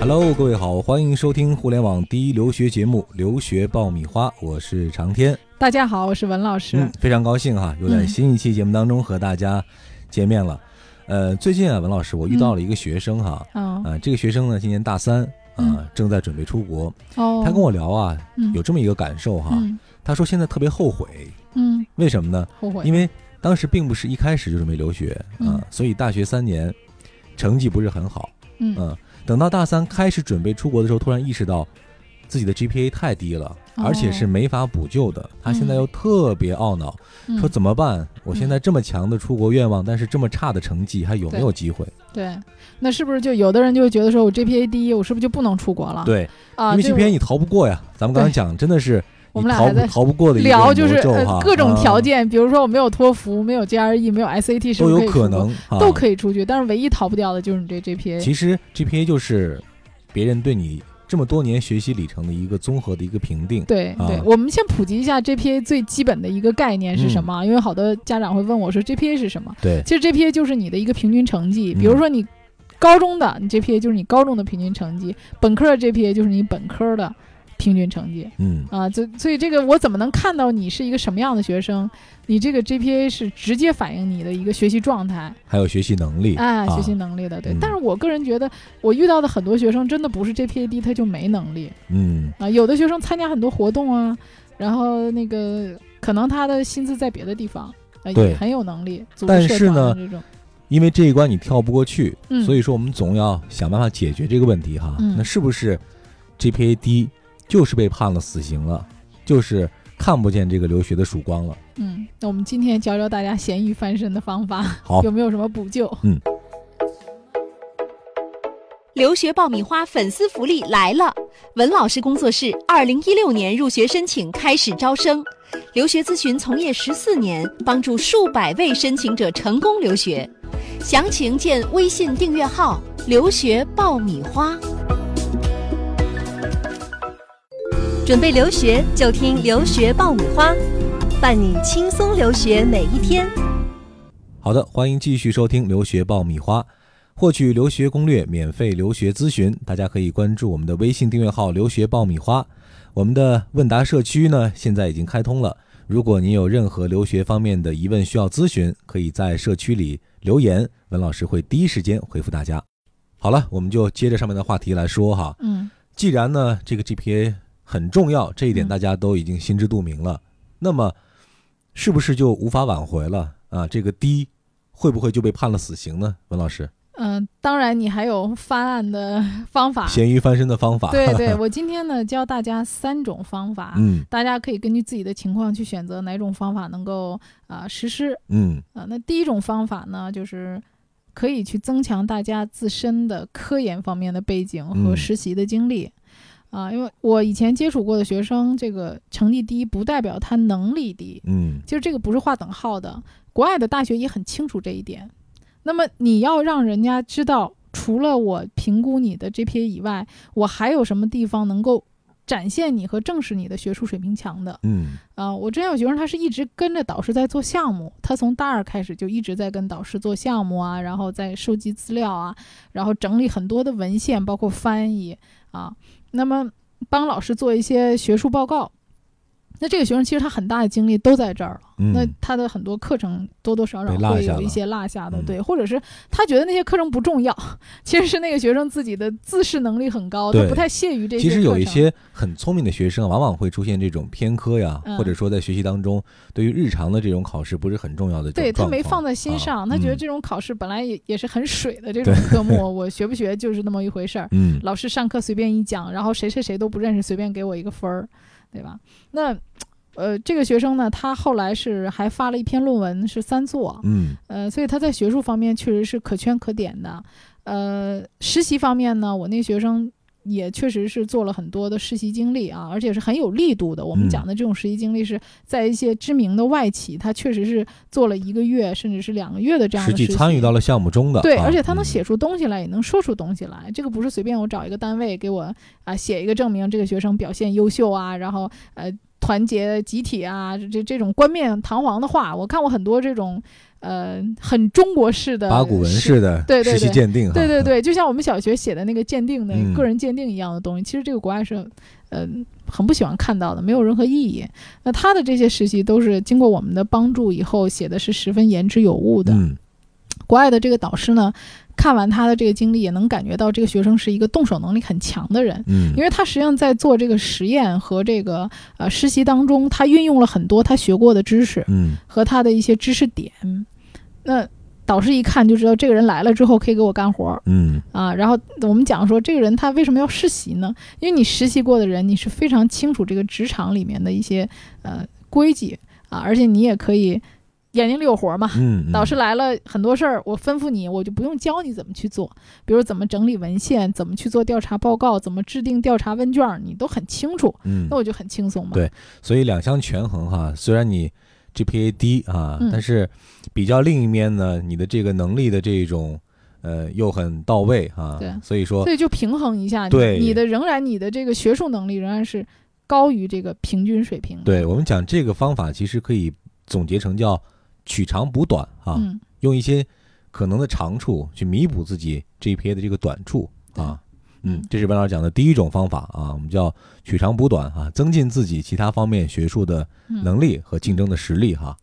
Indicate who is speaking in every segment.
Speaker 1: Hello，各位好，欢迎收听互联网第一留学节目《留学爆米花》，我是长天。
Speaker 2: 大家好，我是文老师。
Speaker 1: 嗯，非常高兴哈、又在
Speaker 2: 嗯
Speaker 1: 新一期节目当中和大家见面了。呃，最近啊，文老师，我遇到了一个学生哈、
Speaker 2: 嗯
Speaker 1: 啊，这个学生呢，今年大三啊、
Speaker 2: 嗯
Speaker 1: 正在准备出国。
Speaker 2: 哦，
Speaker 1: 嗯他跟我聊啊，
Speaker 2: 嗯
Speaker 1: 有这么一个感受哈、
Speaker 2: 嗯
Speaker 1: 他说现在特别后悔，
Speaker 2: 嗯
Speaker 1: 为什么呢？
Speaker 2: 后悔，
Speaker 1: 因为当时并不是一开始就准备留学啊、
Speaker 2: 嗯
Speaker 1: 所以大学三年成绩不是很好。
Speaker 2: 嗯
Speaker 1: 嗯，等到大三开始准备出国的时候，突然意识到自己的 GPA 太低了，
Speaker 2: 哦
Speaker 1: 而且是没法补救的。他现在又特别懊恼，
Speaker 2: 嗯
Speaker 1: 说怎么办？我现在这么强的出国愿望，但是这么差的成绩，还有没有机会？
Speaker 2: 对，那是不是就有的人就会觉得说我 GPA 低，我是不是就不能出国了？
Speaker 1: 对，
Speaker 2: 啊，
Speaker 1: 因为
Speaker 2: 这
Speaker 1: GPA
Speaker 2: 我
Speaker 1: 你逃不过呀。咱们刚才
Speaker 2: 对
Speaker 1: 讲，真的是
Speaker 2: 我
Speaker 1: 你
Speaker 2: 们俩
Speaker 1: 逃
Speaker 2: 还
Speaker 1: 不
Speaker 2: 在
Speaker 1: 逃不过的一个
Speaker 2: 聊就是
Speaker 1: 魔咒
Speaker 2: 呃
Speaker 1: 哈，
Speaker 2: 各种条
Speaker 1: 啊
Speaker 2: 件，比如说我没有托福，没有 GRE，没有 SAT，是不
Speaker 1: 都
Speaker 2: 是
Speaker 1: 有
Speaker 2: 可以
Speaker 1: 可
Speaker 2: 出国
Speaker 1: 能，啊
Speaker 2: 都可以出去，但是唯一逃不掉的就是你这 GPA。
Speaker 1: 其实 GPA 就是别人对你这么多年学习里程的一个综合的一个评定。
Speaker 2: 对
Speaker 1: 啊
Speaker 2: 对，我们先普及一下 GPA 最基本的一个概念是什么啊，因为好多家长会问我说 GPA 是什么？
Speaker 1: 对，
Speaker 2: 其实 GPA 就是你的一个平均成绩，
Speaker 1: 嗯
Speaker 2: 比如说你高中的，你 GPA 就是你高中的平均成绩；本科的 GPA 就是你本科的平均成绩
Speaker 1: 嗯，
Speaker 2: 啊。就所以这个我怎么能看到你是一个什么样的学生？你这个 GPA 是直接反映你的一个学习状态，
Speaker 1: 还有学习能力
Speaker 2: 哎，
Speaker 1: 啊
Speaker 2: 学习能力的。对，
Speaker 1: 嗯
Speaker 2: 但是我个人觉得，我遇到的很多学生真的不是 GPA 低他就没能力
Speaker 1: 嗯，
Speaker 2: 啊，有的学生参加很多活动啊，然后那个可能他的心思在别的地方。啊
Speaker 1: 对
Speaker 2: 也很有能力，组织
Speaker 1: 但
Speaker 2: 社
Speaker 1: 是
Speaker 2: 团啊
Speaker 1: 呢
Speaker 2: 这种，
Speaker 1: 因为这一关你跳不过去，
Speaker 2: 嗯
Speaker 1: 所以说我们总要想办法解决这个问题哈。
Speaker 2: 嗯
Speaker 1: 那是不是 GPA 低就是被判了死刑了，就是看不见这个留学的曙光了？
Speaker 2: 嗯，那我们今天教教大家咸鱼翻身的方法，
Speaker 1: 好，
Speaker 2: 有没有什么补救？
Speaker 3: 留学爆米花粉丝福利来了！文老师工作室二零一六年入学申请开始招生，留学咨询从业十四年，帮助数百位申请者成功留学。详情见微信订阅号“留学爆米花”。
Speaker 4: 准备留学就听留学爆米花，伴你轻松留学每一天。
Speaker 1: 好的，欢迎继续收听《留学爆米花》，获取留学攻略、免费留学咨询，大家可以关注我们的微信订阅号“留学爆米花”。我们的问答社区呢，现在已经开通了。如果您有任何留学方面的疑问需要咨询，可以在社区里留言，文老师会第一时间回复大家。好了，我们就接着上面的话题来说哈。
Speaker 2: 嗯
Speaker 1: 既然呢，这个 GPA 很重要，这一点
Speaker 2: 嗯
Speaker 1: 大家都已经心知肚明了，那么是不是就无法挽回了啊？这个低会不会就被判了死刑呢？文老师，
Speaker 2: 嗯、当然你还有翻案的方法。
Speaker 1: 咸鱼翻身的方法，
Speaker 2: 啊对 对，我今天呢教大家三种方法，
Speaker 1: 嗯
Speaker 2: 大家可以根据自己的情况去选择哪种方法能够啊、实施
Speaker 1: 嗯
Speaker 2: 啊、那第一种方法呢，就是可以去增强大家自身的科研方面的背景和
Speaker 1: 嗯
Speaker 2: 实习的经历。啊，因为我以前接触过的学生，这个成绩低不代表他能力低，
Speaker 1: 嗯
Speaker 2: 其实这个不是划等号的，国外的大学也很清楚这一点。那么你要让人家知道，除了我评估你的 GPA 以外，我还有什么地方能够展现你和证实你的学术水平强的
Speaker 1: 嗯
Speaker 2: 啊、我之前有学生，他是一直跟着导师在做项目，他从大二开始就一直在跟导师做项目啊，然后在收集资料啊，然后整理很多的文献，包括翻译啊，那么帮老师做一些学术报告。那这个学生其实他很大的精力都在这儿了。
Speaker 1: 嗯，
Speaker 2: 那他的很多课程多多少少
Speaker 1: 被落
Speaker 2: 会
Speaker 1: 下
Speaker 2: 有一
Speaker 1: 了
Speaker 2: 些落下的，
Speaker 1: 嗯
Speaker 2: 对，或者是他觉得那些课程不重要， 其实是那个学生自己的自视能力很高，他
Speaker 1: 对
Speaker 2: 不太屑于这些
Speaker 1: 其
Speaker 2: 课程。
Speaker 1: 实有一些很聪明的学生啊，往往会出现这种偏科呀，
Speaker 2: 嗯
Speaker 1: 或者说在学习当中对于日常的这种考试不是很重要的这种
Speaker 2: 对他
Speaker 1: 状况，
Speaker 2: 没放在心上，
Speaker 1: 啊
Speaker 2: 他觉得
Speaker 1: 嗯
Speaker 2: 这种考试本来也也是很水的这种科目，我学不学就是那么一回事儿。
Speaker 1: 嗯
Speaker 2: 老师上课随便一讲，然后谁谁谁都不认识，随便给我一个分儿，对吧？那呃，这个学生呢，他后来是还发了一篇论文，是三作，
Speaker 1: 嗯
Speaker 2: 呃，所以他在学术方面确实是可圈可点的。呃，实习方面呢，我那学生也确实是做了很多的实习经历啊，而且是很有力度的。我们
Speaker 1: 嗯
Speaker 2: 讲的这种实习经历是在一些知名的外企，他确实是做了一个月甚至是两个月的这样
Speaker 1: 实
Speaker 2: 的
Speaker 1: 际参与到了项目中的，
Speaker 2: 对，
Speaker 1: 啊
Speaker 2: 而且他能
Speaker 1: 嗯
Speaker 2: 写出东西来，也能说出东西来。这个不是随便我找一个单位给我啊写一个证明，这个学生表现优秀啊，然后呃团结集体啊，这这这种冠冕堂皇的话，我看过很多这种呃很中国式的
Speaker 1: 嗯八股文式的
Speaker 2: 对对
Speaker 1: 实习
Speaker 2: 对
Speaker 1: 鉴定哈，
Speaker 2: 对 对对，就像我们小学写的那个鉴定的、
Speaker 1: 嗯
Speaker 2: 个人鉴定一样的东西，其实这个国外是，呃，很不喜欢看到的，没有任何意义。那他的这些实习都是经过我们的帮助以后写的是十分言之有物的。
Speaker 1: 嗯
Speaker 2: 国外的这个导师呢，看完他的这个经历，也能感觉到这个学生是一个动手能力很强的人。
Speaker 1: 嗯，
Speaker 2: 因为他实际上在做这个实验和这个呃实习当中，他运用了很多他学过的知识，
Speaker 1: 嗯
Speaker 2: 和他的一些知识点。那导师一看就知道这个人来了之后可以给我干活儿
Speaker 1: 嗯
Speaker 2: 啊。然后我们讲说这个人他为什么要实习呢？因为你实习过的人，你是非常清楚这个职场里面的一些呃规矩啊，而且你也可以眼睛里有活儿嘛。
Speaker 1: 嗯，
Speaker 2: 导师来了，很多事儿我吩咐你，我就不用教你怎么去做，比如怎么整理文献，怎么去做调查报告，怎么制定调查问卷儿，你都很清楚，
Speaker 1: 嗯
Speaker 2: 那，我就很轻松嘛。
Speaker 1: 对所以两相权衡哈，虽然你 GPA 低啊，
Speaker 2: 嗯
Speaker 1: 但是比较另一面呢，你的这个能力的这种呃又很到位啊
Speaker 2: 对，
Speaker 1: 所以说
Speaker 2: 所以就平衡一下，你
Speaker 1: 对
Speaker 2: 你的仍然你的这个学术能力仍然是高于这个平均水平的。
Speaker 1: 对我们讲这个方法，其实可以总结成叫取长补短啊，
Speaker 2: 嗯，
Speaker 1: 用一些可能的长处去弥补自己 GPA 的这个短处啊。嗯
Speaker 2: 嗯，
Speaker 1: 这是文老师讲的第一种方法啊，我们叫取长补短啊，增进自己其他方面学术的
Speaker 2: 嗯
Speaker 1: 能力和竞争的实力哈。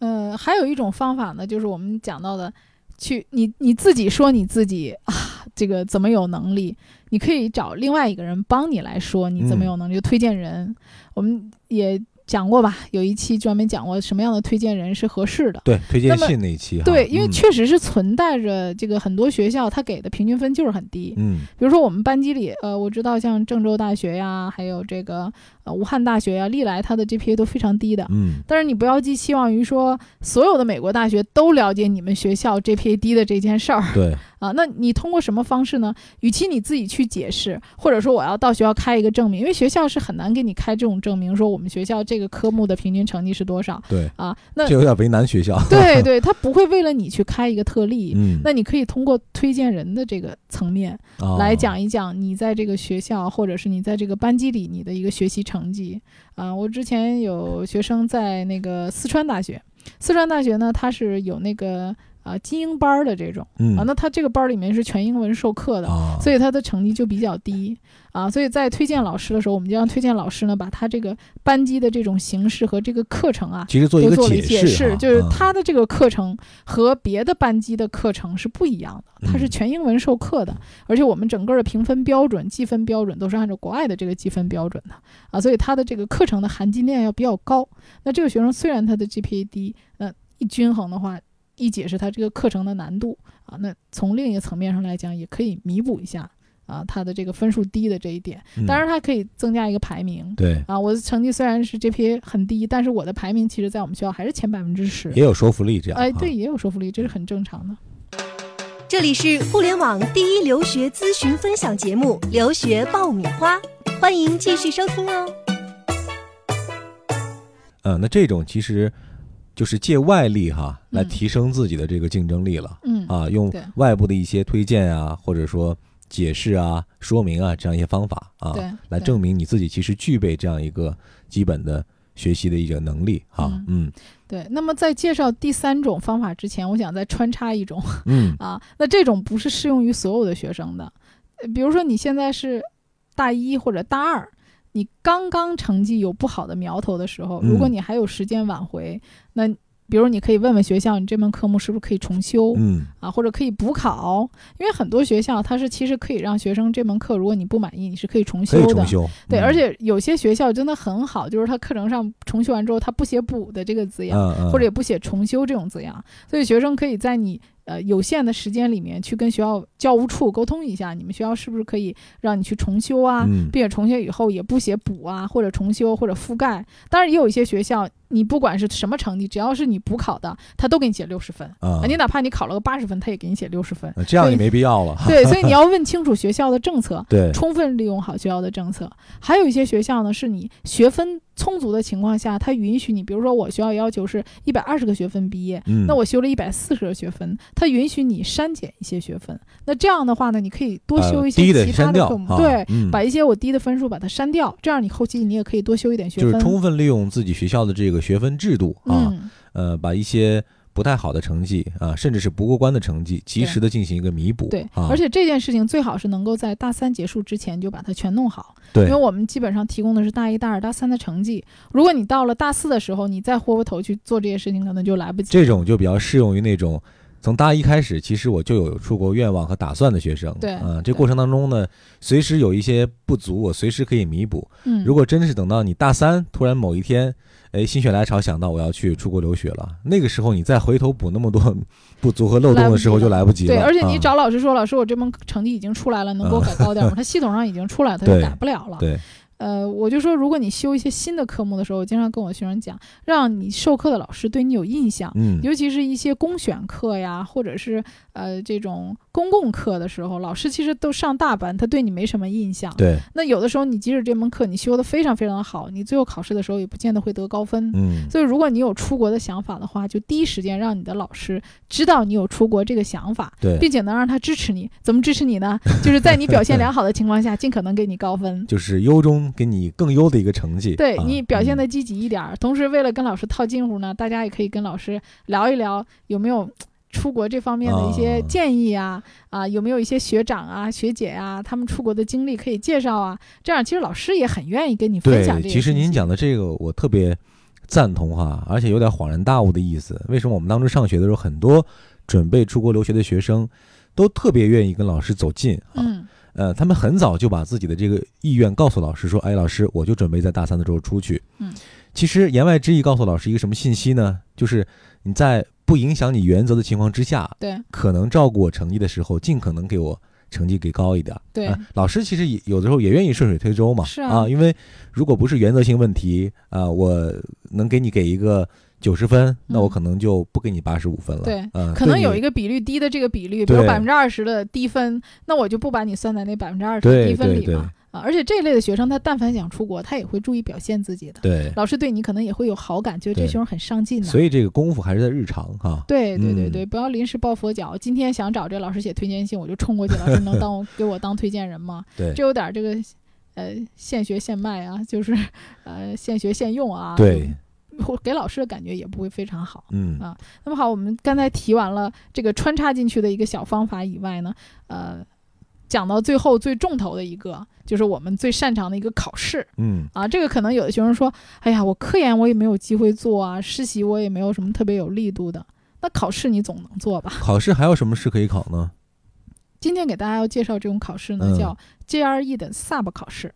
Speaker 2: 呃，还有一种方法呢，就是我们讲到的，去你你自己说你自己啊，这个怎么有能力？你可以找另外一个人帮你来说你怎
Speaker 1: 嗯
Speaker 2: 么有能力，就推荐人。我们也讲过吧，有一期专门讲过什么样的推荐人是合适的。
Speaker 1: 对，推荐
Speaker 2: 那么
Speaker 1: 信那一期哈。
Speaker 2: 对，因为
Speaker 1: 啊嗯
Speaker 2: 确实是存在着这个很多学校他给的平均分就是很低，
Speaker 1: 嗯
Speaker 2: 比如说我们班级里，呃，我知道像郑州大学呀，还有这个呃武汉大学呀，历来它的 GPA 都非常低的。
Speaker 1: 嗯
Speaker 2: 但是你不要寄希望于说所有的美国大学都了解你们学校 GPA 低的这件事儿
Speaker 1: 对，
Speaker 2: 啊。那你通过什么方式呢？与其你自己去解释，或者说我要到学校开一个证明，因为学校是很难给你开这种证明，说我们学校这个科目的平均成绩是多少
Speaker 1: 对，
Speaker 2: 啊？那
Speaker 1: 这有点为难学校。
Speaker 2: 对对，他不会为了你去开一个特例。
Speaker 1: 嗯，
Speaker 2: 那你可以通过推荐人的这个层面，
Speaker 1: 啊
Speaker 2: 来讲一讲你在这个学校或者是你在这个班级里你的一个学习成绩啊、我之前有学生在那个四川大学，四川大学呢，它是有那个啊、精英班儿的这种
Speaker 1: 嗯
Speaker 2: 啊，那它这个班儿里面是全英文授课的。
Speaker 1: 啊，
Speaker 2: 所以他的成绩就比较低啊，所以在推荐老师的时候，我们就让推荐老师呢，把他这个班级的这种形式和这个课程啊，
Speaker 1: 其实做一
Speaker 2: 都
Speaker 1: 个
Speaker 2: 做了一
Speaker 1: 解
Speaker 2: 解
Speaker 1: 释哈，
Speaker 2: 就是
Speaker 1: 嗯
Speaker 2: 他的这个课程和别的班级的课程是不一样的，
Speaker 1: 嗯
Speaker 2: 它是全英文授课的，而且我们整个的评分标准、计分标准都是按照国外的这个计分标准的啊，所以他的这个课程的含金量要比较高。那这个学生虽然他的 GPA 低，那一均衡的话，一解释他这个课程的难度啊，那从另一个层面上来讲，也可以弥补一下啊他的这个分数低的这一点，
Speaker 1: 嗯
Speaker 2: 当然它可以增加一个排名。
Speaker 1: 对
Speaker 2: 啊，我的成绩虽然是 GPA 很低，但是我的排名其实在我们学校还是前百分之十。
Speaker 1: 也有说服力这样。啊
Speaker 2: 哎，
Speaker 1: 哈嗯
Speaker 2: 对，，也有说服力，这是很正常的。
Speaker 4: 这里是互联网第一留学咨询分享节目《留学爆米花》，欢迎继续收听哦。
Speaker 1: 嗯，那这种其实就是借外力哈来
Speaker 2: 嗯
Speaker 1: 提升自己的这个竞争力了
Speaker 2: 嗯，
Speaker 1: 啊，用
Speaker 2: 对
Speaker 1: 外部的一些推荐啊，或者说解释啊、说明啊这样一些方法啊，
Speaker 2: 对，
Speaker 1: 来
Speaker 2: 对
Speaker 1: 证明你自己其实具备这样一个基本的学习的一个能力哈。嗯
Speaker 2: 对。那么在介绍第三种方法之前，我想再穿插一种
Speaker 1: 嗯
Speaker 2: 啊，那这种不是适用于所有的学生的，呃比如说你现在是大一或者大二。你刚刚成绩有不好的苗头的时候，如果
Speaker 1: 嗯
Speaker 2: 你还有时间挽回，那比如你可以问问学校，你这门科目是不是可以重修？
Speaker 1: 嗯
Speaker 2: 啊，或者可以补考，因为很多学校它是其实可以让学生这门课，如果你不满意，你是可以重
Speaker 1: 可
Speaker 2: 修
Speaker 1: 以
Speaker 2: 的
Speaker 1: 重。修，
Speaker 2: 对，
Speaker 1: 嗯
Speaker 2: 而且有些学校真的很好，就是它课程上重修完之后，它不写“补”的这个字样，
Speaker 1: 嗯嗯，
Speaker 2: 或者也不写“重修”这种字样，所以学生可以在你呃有限的时间里面去跟学校教务处沟通一下，你们学校是不是可以让你去重修啊，
Speaker 1: 嗯
Speaker 2: 并且重修以后也不写补啊，或者重修或者覆盖。当然，也有一些学校，你不管是什么成绩，只要是你补考的，他都给你写六十分。
Speaker 1: 啊
Speaker 2: 啊，，你哪怕你考了个八十分，他也给你写六十 分。
Speaker 1: 呃这样
Speaker 2: 所
Speaker 1: 也
Speaker 2: 以
Speaker 1: 没必要了。
Speaker 2: 对，所以你要问清楚学校的政策，
Speaker 1: 对，
Speaker 2: 充分利用好学校的政策。还有一些学校呢，是你学分充足的情况下，它允许你，比如说我学校要求是一百二十个学分毕业，
Speaker 1: 嗯，
Speaker 2: 那我修了一百四十个学分，它允许你删减一些学分。那这样的话呢，你可以多
Speaker 1: 呃
Speaker 2: 修一
Speaker 1: 低
Speaker 2: 些
Speaker 1: 的
Speaker 2: 其他
Speaker 1: 删掉
Speaker 2: 科目，
Speaker 1: 啊
Speaker 2: 对，
Speaker 1: 嗯
Speaker 2: 把一些我低的分数把它删掉，这样你后期你也可以多修一点学
Speaker 1: 就
Speaker 2: 分。
Speaker 1: 是充分啊利用自己学校的这个学分制度啊，
Speaker 2: 嗯，
Speaker 1: 呃，把一些不太好的成绩啊，甚至是不过关的成绩，及
Speaker 2: 对
Speaker 1: 时的进行一个弥补。
Speaker 2: 对，
Speaker 1: 啊，
Speaker 2: 而且这件事情最好是能够在大三结束之前就把它全弄好，
Speaker 1: 对
Speaker 2: 因为我们基本上提供的是大一、大二、大三的成绩。如果你到了大四的时候，你再豁过头去做这些事情，可能就来不及。
Speaker 1: 这种就比较适用于那种从大一开始，其实我就有出国愿望和打算的学生。
Speaker 2: 对
Speaker 1: 啊，这
Speaker 2: 对
Speaker 1: 过程当中呢，随时有一些不足，我随时可以弥补。
Speaker 2: 嗯，
Speaker 1: 如果真是等到你大三，突然某一天，哎，心血来潮想到我要去出国留学了，那个时候你再回头补那么多 不足和漏洞的时候，就来不及了。
Speaker 2: 对，而且你
Speaker 1: 啊
Speaker 2: 找老师说，老师我这门成绩已经出来了，能给我改高点吗？他系统上已经出 来了，他
Speaker 1: 嗯
Speaker 2: 就
Speaker 1: 对
Speaker 2: 改不了了。
Speaker 1: 对
Speaker 2: 呃，我就说，如果你修一些新的科目的时候，我经常跟我学生讲，让你授课的老师对你有印象。
Speaker 1: 嗯，
Speaker 2: 尤其是一些公选课呀，或者是呃这种公共课的时候，老师其实都上大班，他对你没什么印象。
Speaker 1: 对，
Speaker 2: 那有的时候你即使这门课你修得非常非常好，你最后考试的时候也不见得会得高分。
Speaker 1: 嗯，
Speaker 2: 所以，如果你有出国的想法的话，就第一时间让你的老师知道你有出国这个想法，
Speaker 1: 对，
Speaker 2: 并且能让他支持你。怎么支持你呢？就是在你表现良好的情况下，尽可能给你高分。
Speaker 1: 就是优中给你更优的一个成绩。
Speaker 2: 对
Speaker 1: 啊
Speaker 2: 你表现
Speaker 1: 嗯
Speaker 2: 的积极一点儿，同时为了跟老师套近乎呢，大家也可以跟老师聊一聊有没有出国这方面的一些
Speaker 1: 啊
Speaker 2: 建议啊，啊有没有一些学长啊、学姐啊，他们出国的经历可以介绍啊，这样其实老师也很愿意跟你分
Speaker 1: 对
Speaker 2: 享这，个。
Speaker 1: 其实您，讲的这个我特别赞同哈，而且有点恍然大悟的意思。为什么我们当初上学的时候，很多准备出国留学的学生都特别愿意跟老师走近啊？
Speaker 2: 嗯，
Speaker 1: 呃，他们很早就把自己的这个意愿告诉老师说：“哎，老师，我就准备在大三的时候出去。”
Speaker 2: 嗯，
Speaker 1: 其实言外之意告诉老师一个什么信息呢？就是你在不影响你原则的情况之下，
Speaker 2: 对
Speaker 1: 可能照顾我成绩的时候，尽可能给我成绩给高一点。
Speaker 2: 对
Speaker 1: 啊老师其实也有的时候也愿意顺水推舟嘛。
Speaker 2: 是
Speaker 1: 啊
Speaker 2: 啊
Speaker 1: 因为如果不是原则性问题啊、我能给你给一个九十分，那我可能就不给你八十五分了。
Speaker 2: 嗯对
Speaker 1: 嗯，
Speaker 2: 可能
Speaker 1: 对
Speaker 2: 有
Speaker 1: 你
Speaker 2: 一个比率低的这个比率，比如
Speaker 1: 对
Speaker 2: 百分之二十的低分，那我就不把你算在那百分之二十的
Speaker 1: 对
Speaker 2: 低分
Speaker 1: 对
Speaker 2: 里
Speaker 1: 对
Speaker 2: 嘛。啊，而且这类的学生，他但凡想出国，他也会注意表现自己的。
Speaker 1: 对，
Speaker 2: 老师对你可能也会有好感，觉得
Speaker 1: 对
Speaker 2: 这学生很上进的。
Speaker 1: 所以这个功夫还是在日常哈、
Speaker 2: 对对对
Speaker 1: 嗯
Speaker 2: 对，不要临时抱佛脚。今天想找这老师写推荐信，我就冲过去，老师能当我给我当推荐人吗？
Speaker 1: 对
Speaker 2: 这有点儿这个，呃，现学现卖啊，就是呃，现学现用啊。
Speaker 1: 对，
Speaker 2: 就，我给老师的感觉也不会非常好。
Speaker 1: 嗯
Speaker 2: 啊那么好，我们刚才提完了这个穿插进去的一个小方法以外呢，呃，讲到最后最重头的一个，就是我们最擅长的一个考试。
Speaker 1: 嗯，
Speaker 2: 啊，这个可能有的学生说，哎呀，我科研我也没有机会做啊，实习我也没有什么特别有力度的。那考试你总能做吧？
Speaker 1: 考试还有什么试可以考呢？
Speaker 2: 今天给大家要介绍这种考试呢，
Speaker 1: 嗯
Speaker 2: 叫 GRE 的 SUB 考试，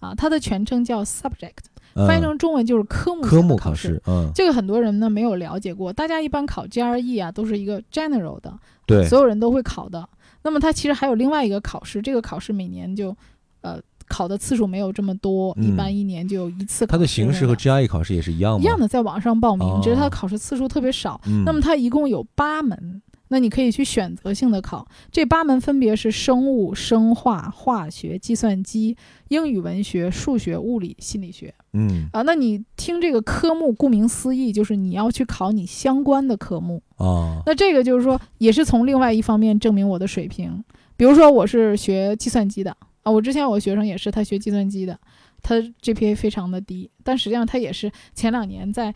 Speaker 2: 啊，它的全称叫 Subject，
Speaker 1: 嗯、
Speaker 2: 翻译成中文就是科目
Speaker 1: 科
Speaker 2: 型的
Speaker 1: 目
Speaker 2: 考
Speaker 1: 试。，嗯，
Speaker 2: 这个很多人呢没有了解过，大家一般考 GRE 啊都是一个 general 的，
Speaker 1: 对，
Speaker 2: 所有人都会考的。那么它其实还有另外一个考试，这个考试每年就，呃，考的次数没有这么多，一
Speaker 1: 嗯
Speaker 2: 般一年就有一次考
Speaker 1: 它
Speaker 2: 试。
Speaker 1: 的形式和
Speaker 2: 对吧
Speaker 1: GRE 考试也是一样吗？
Speaker 2: 一样的在网上报名，只是它
Speaker 1: 哦
Speaker 2: 的考试次数特别少。
Speaker 1: 嗯，
Speaker 2: 那么它一共有八门，那你可以去选择性的考。这八门分别是生物、生化、化学、计算机、英语文学、数学、物理、心理学
Speaker 1: 嗯
Speaker 2: 啊。那你听这个科目，顾名思义就是你要去考你相关的科目。
Speaker 1: 啊，
Speaker 2: 那这个就是说，也是从另外一方面证明我的水平。比如说，我是学计算机的啊，我之前有个学生也是，他学计算机的，他 GPA 非常的低，但实际上他也是前两年在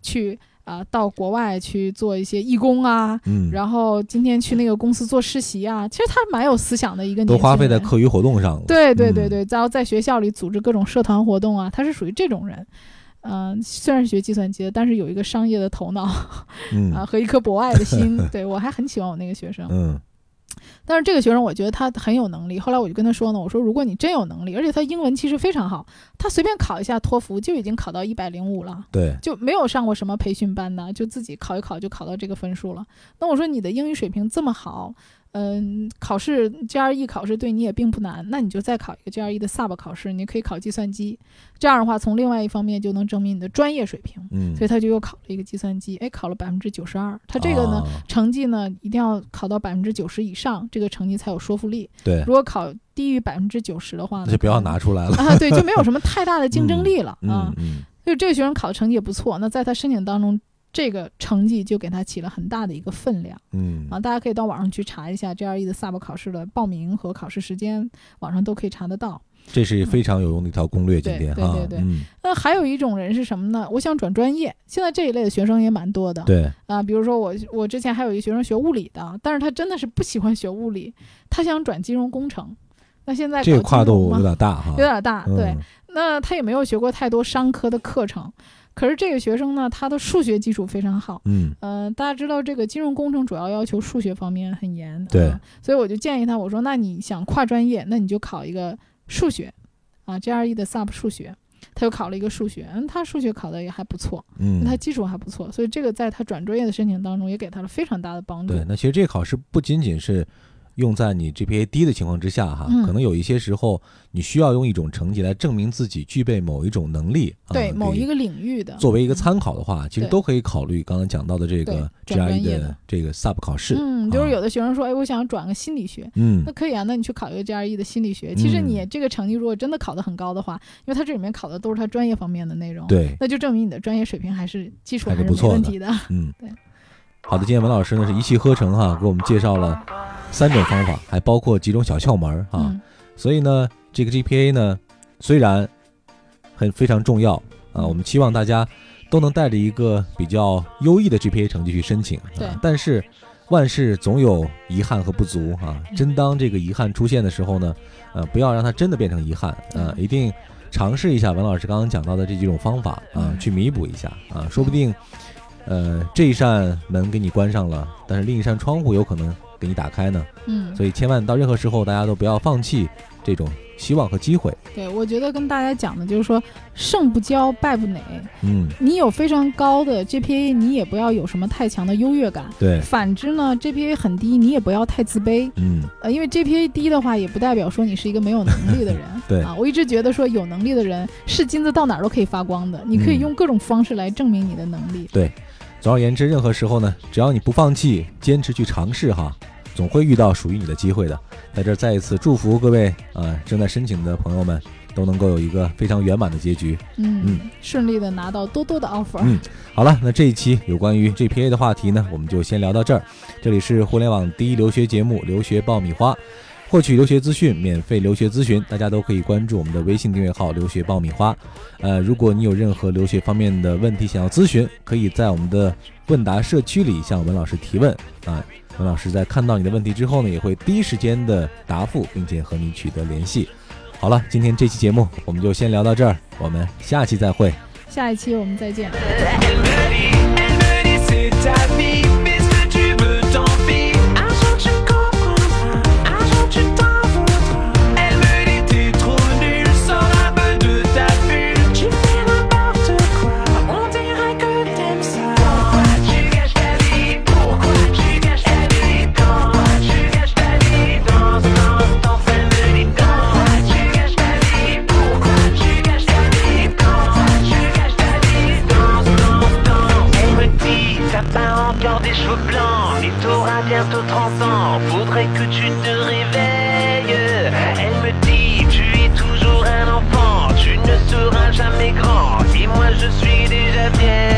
Speaker 2: 去啊、到国外去做一些义工啊，
Speaker 1: 嗯，
Speaker 2: 然后今天去那个公司做实习啊，其实他蛮有思想的一个年
Speaker 1: 都花
Speaker 2: 轻
Speaker 1: 费在
Speaker 2: 人
Speaker 1: 课余活动上了。
Speaker 2: 对对
Speaker 1: 嗯
Speaker 2: 对对，然后在学校里组织各种社团活动啊，他是属于这种人。嗯、虽然是学计算机的，但是有一个商业的头脑，啊
Speaker 1: 嗯
Speaker 2: 和一颗博爱的 心。对我还很喜欢我那个学生，
Speaker 1: 嗯
Speaker 2: 但是这个学生我觉得他很有能力。后来我就跟他说呢，我说如果你真有能力，而且他英文其实非常好，他随便考一下托福就已经考到一百零五了。
Speaker 1: 对，
Speaker 2: 就没有上过什么培训班的，就自己考一考就考到这个分数了。那我说你的英语水平这么好，嗯，考试 GRE 考试对你也并不难，那你就再考一个 GRE 的 Sub 考试，你可以考计算机，这样的话，从另外一方面就能证明你的专业水平。
Speaker 1: 嗯，
Speaker 2: 所以他就又考了一个计算机，哎，考了百分之九十二。他这个呢，
Speaker 1: 啊
Speaker 2: 成绩呢一定要考到百分之九十以上，这个成绩才有说服力。
Speaker 1: 对，
Speaker 2: 如果考低于百分之九十的话呢，
Speaker 1: 那就不要
Speaker 2: 可能
Speaker 1: 拿出来了。
Speaker 2: 啊，对，就没有什么太大的竞争力了、啊
Speaker 1: 嗯。嗯，
Speaker 2: 所以这个学生考的成绩也不错，那在他申请当中，这个成绩就给他起了很大的一个分量
Speaker 1: 嗯
Speaker 2: 啊。大家可以到网上去查一下 GRE 的 Sub 考试的报名和考试时间，网上都可以查得到。
Speaker 1: 这是非常有用的一条攻略，今
Speaker 2: 对
Speaker 1: 天
Speaker 2: 对
Speaker 1: 哈
Speaker 2: 对，对
Speaker 1: 嗯，
Speaker 2: 那还有一种人是什么呢？我想转专业，现在这一类的学生也蛮多的。
Speaker 1: 对，
Speaker 2: 啊，比如说我我之前还有一个学生学物理的，但是他真的是不喜欢学物理，他想转金融工程。那现在
Speaker 1: 这个
Speaker 2: 搞
Speaker 1: 跨
Speaker 2: 金融
Speaker 1: 度
Speaker 2: 嘛
Speaker 1: 有点大哈
Speaker 2: 有，点大，对。
Speaker 1: 嗯
Speaker 2: 那他也没有学过太多商科的课程，可是这个学生呢，他的数学基础非常好。
Speaker 1: 嗯
Speaker 2: 嗯、大家知道这个金融工程主要要求数学方面很严，
Speaker 1: 对
Speaker 2: 啊所以我就建议他，我说那你想跨专业，那你就考一个数学，啊，GRE 的 Sub 数学，他就考了一个数学，嗯，他数学考的也还不错，
Speaker 1: 嗯，
Speaker 2: 他基础还不错，所以这个在他转专业的申请当中也给他了非常大的帮助
Speaker 1: 对，。那其实这个考试不仅仅是用在你 GPA 低的情况之下哈，
Speaker 2: 嗯
Speaker 1: 可能有一些时候你需要用一种成绩来证明自己具备某一种能力，啊、
Speaker 2: 对
Speaker 1: 可
Speaker 2: 某
Speaker 1: 以
Speaker 2: 一个领域的
Speaker 1: 作为一个参考的话，其实
Speaker 2: 对
Speaker 1: 都可以考虑刚才讲到的这个
Speaker 2: 对转专
Speaker 1: GRE
Speaker 2: 业
Speaker 1: 的
Speaker 2: 的
Speaker 1: 这个 sub 考试，
Speaker 2: 嗯，就是
Speaker 1: 啊
Speaker 2: 有的学生说，哎，我想转个心理学，
Speaker 1: 嗯
Speaker 2: 那可以啊，那你去考一个 GRE 的心理学。其实你
Speaker 1: 嗯
Speaker 2: 这个成绩如果真的考得很高的话，因为他这里面考的都是他专业方面的内容，，
Speaker 1: 对，
Speaker 2: 那就证明你的专业水平还是基础
Speaker 1: 还
Speaker 2: 还
Speaker 1: 是
Speaker 2: 是
Speaker 1: 不错
Speaker 2: 没问
Speaker 1: 的
Speaker 2: 题的。
Speaker 1: 嗯
Speaker 2: 对，
Speaker 1: 好的，今天文老师呢是一气呵成哈，给我们介绍了三种方法，还包括几种小窍门儿哈，
Speaker 2: 嗯，
Speaker 1: 所以呢，这个 GPA 呢，虽然很非常重要啊，
Speaker 2: 嗯
Speaker 1: 我们期望大家都能带着一个比较优异的 GPA 成绩去申请。
Speaker 2: 对
Speaker 1: 啊，但是万事总有遗憾和不足啊。
Speaker 2: 嗯
Speaker 1: 真当这个遗憾出现的时候呢，呃，不要让它真的变成遗憾啊，
Speaker 2: 嗯
Speaker 1: 一定尝试一下文老师刚刚讲到的这几种方法啊
Speaker 2: 嗯，
Speaker 1: 去弥补一下啊，说不定。呃，这一扇门给你关上了，但是另一扇窗户有可能给你打开呢。
Speaker 2: 嗯，
Speaker 1: 所以千万到任何时候，大家都不要放弃这种希望和机会。
Speaker 2: 对，我觉得跟大家讲的就是说，胜不骄，败不馁。
Speaker 1: 嗯，
Speaker 2: 你有非常高的 GPA，你也不要有什么太强的优越感。
Speaker 1: 对，
Speaker 2: 反之呢，GPA 很低，你也不要太自卑，
Speaker 1: 嗯，。
Speaker 2: 呃，因为 GPA 低的话，也不代表说你是一个没有能力的人
Speaker 1: 对
Speaker 2: 啊，我一直觉得说有能力的人是金子，到哪儿都可以发光的。你可以
Speaker 1: 嗯
Speaker 2: 用各种方式来证明你的能力。
Speaker 1: 总而言之，任何时候呢，只要你不放弃，坚持去尝试哈，总会遇到属于你的机会的。在这儿再一次祝福各位呃正在申请的朋友们都能够有一个非常圆满的结局。
Speaker 2: 嗯，
Speaker 1: 嗯
Speaker 2: 顺利的拿到多多的 offer。
Speaker 1: 嗯好了，那这一期有关于 GPA 的话题呢，我们就先聊到这儿。这里是互联网第一留学节目《留学爆米花》，获取留学资讯、免费留学咨询，大家都可以关注我们的微信订阅号“留学爆米花”。呃，如果你有任何留学方面的问题想要咨询，可以在我们的问答社区里向文老师提问啊。文老师在看到你的问题之后呢，也会第一时间的答复，并且和你取得联系。好了，今天这期节目我们就先聊到这儿，我们下期再会。
Speaker 2: 下一期我们再见。
Speaker 5: Elodie, c'est ta vie, mais ce que tu veux, tant pis. Un jour tu comprendras, un jour tu t'en voudras. Elle me dit t'es trop nul, sors un peu de ta bulle. Tu fais n'importe quoi, on dirait que t'aimes ça. Pourquoi tu gâches ta vie Pourquoi tu gâches ta vie Pourquoi tu gâches ta vie Dans un instant, elle me dit Pourquoi tu gâches ta vie Pourquoi tu gâches ta vie Pourquoi tu gâches ta vie Dans un instant, elle me dit T'as pas encore des cheveux blancs, mais t'auras bientôt 30 ans. Faudrait que tu te réveilles. Elle me dit Tu es toujours un enfant, tu ne seras jamais grand. Et moi, je suis déjà vieille.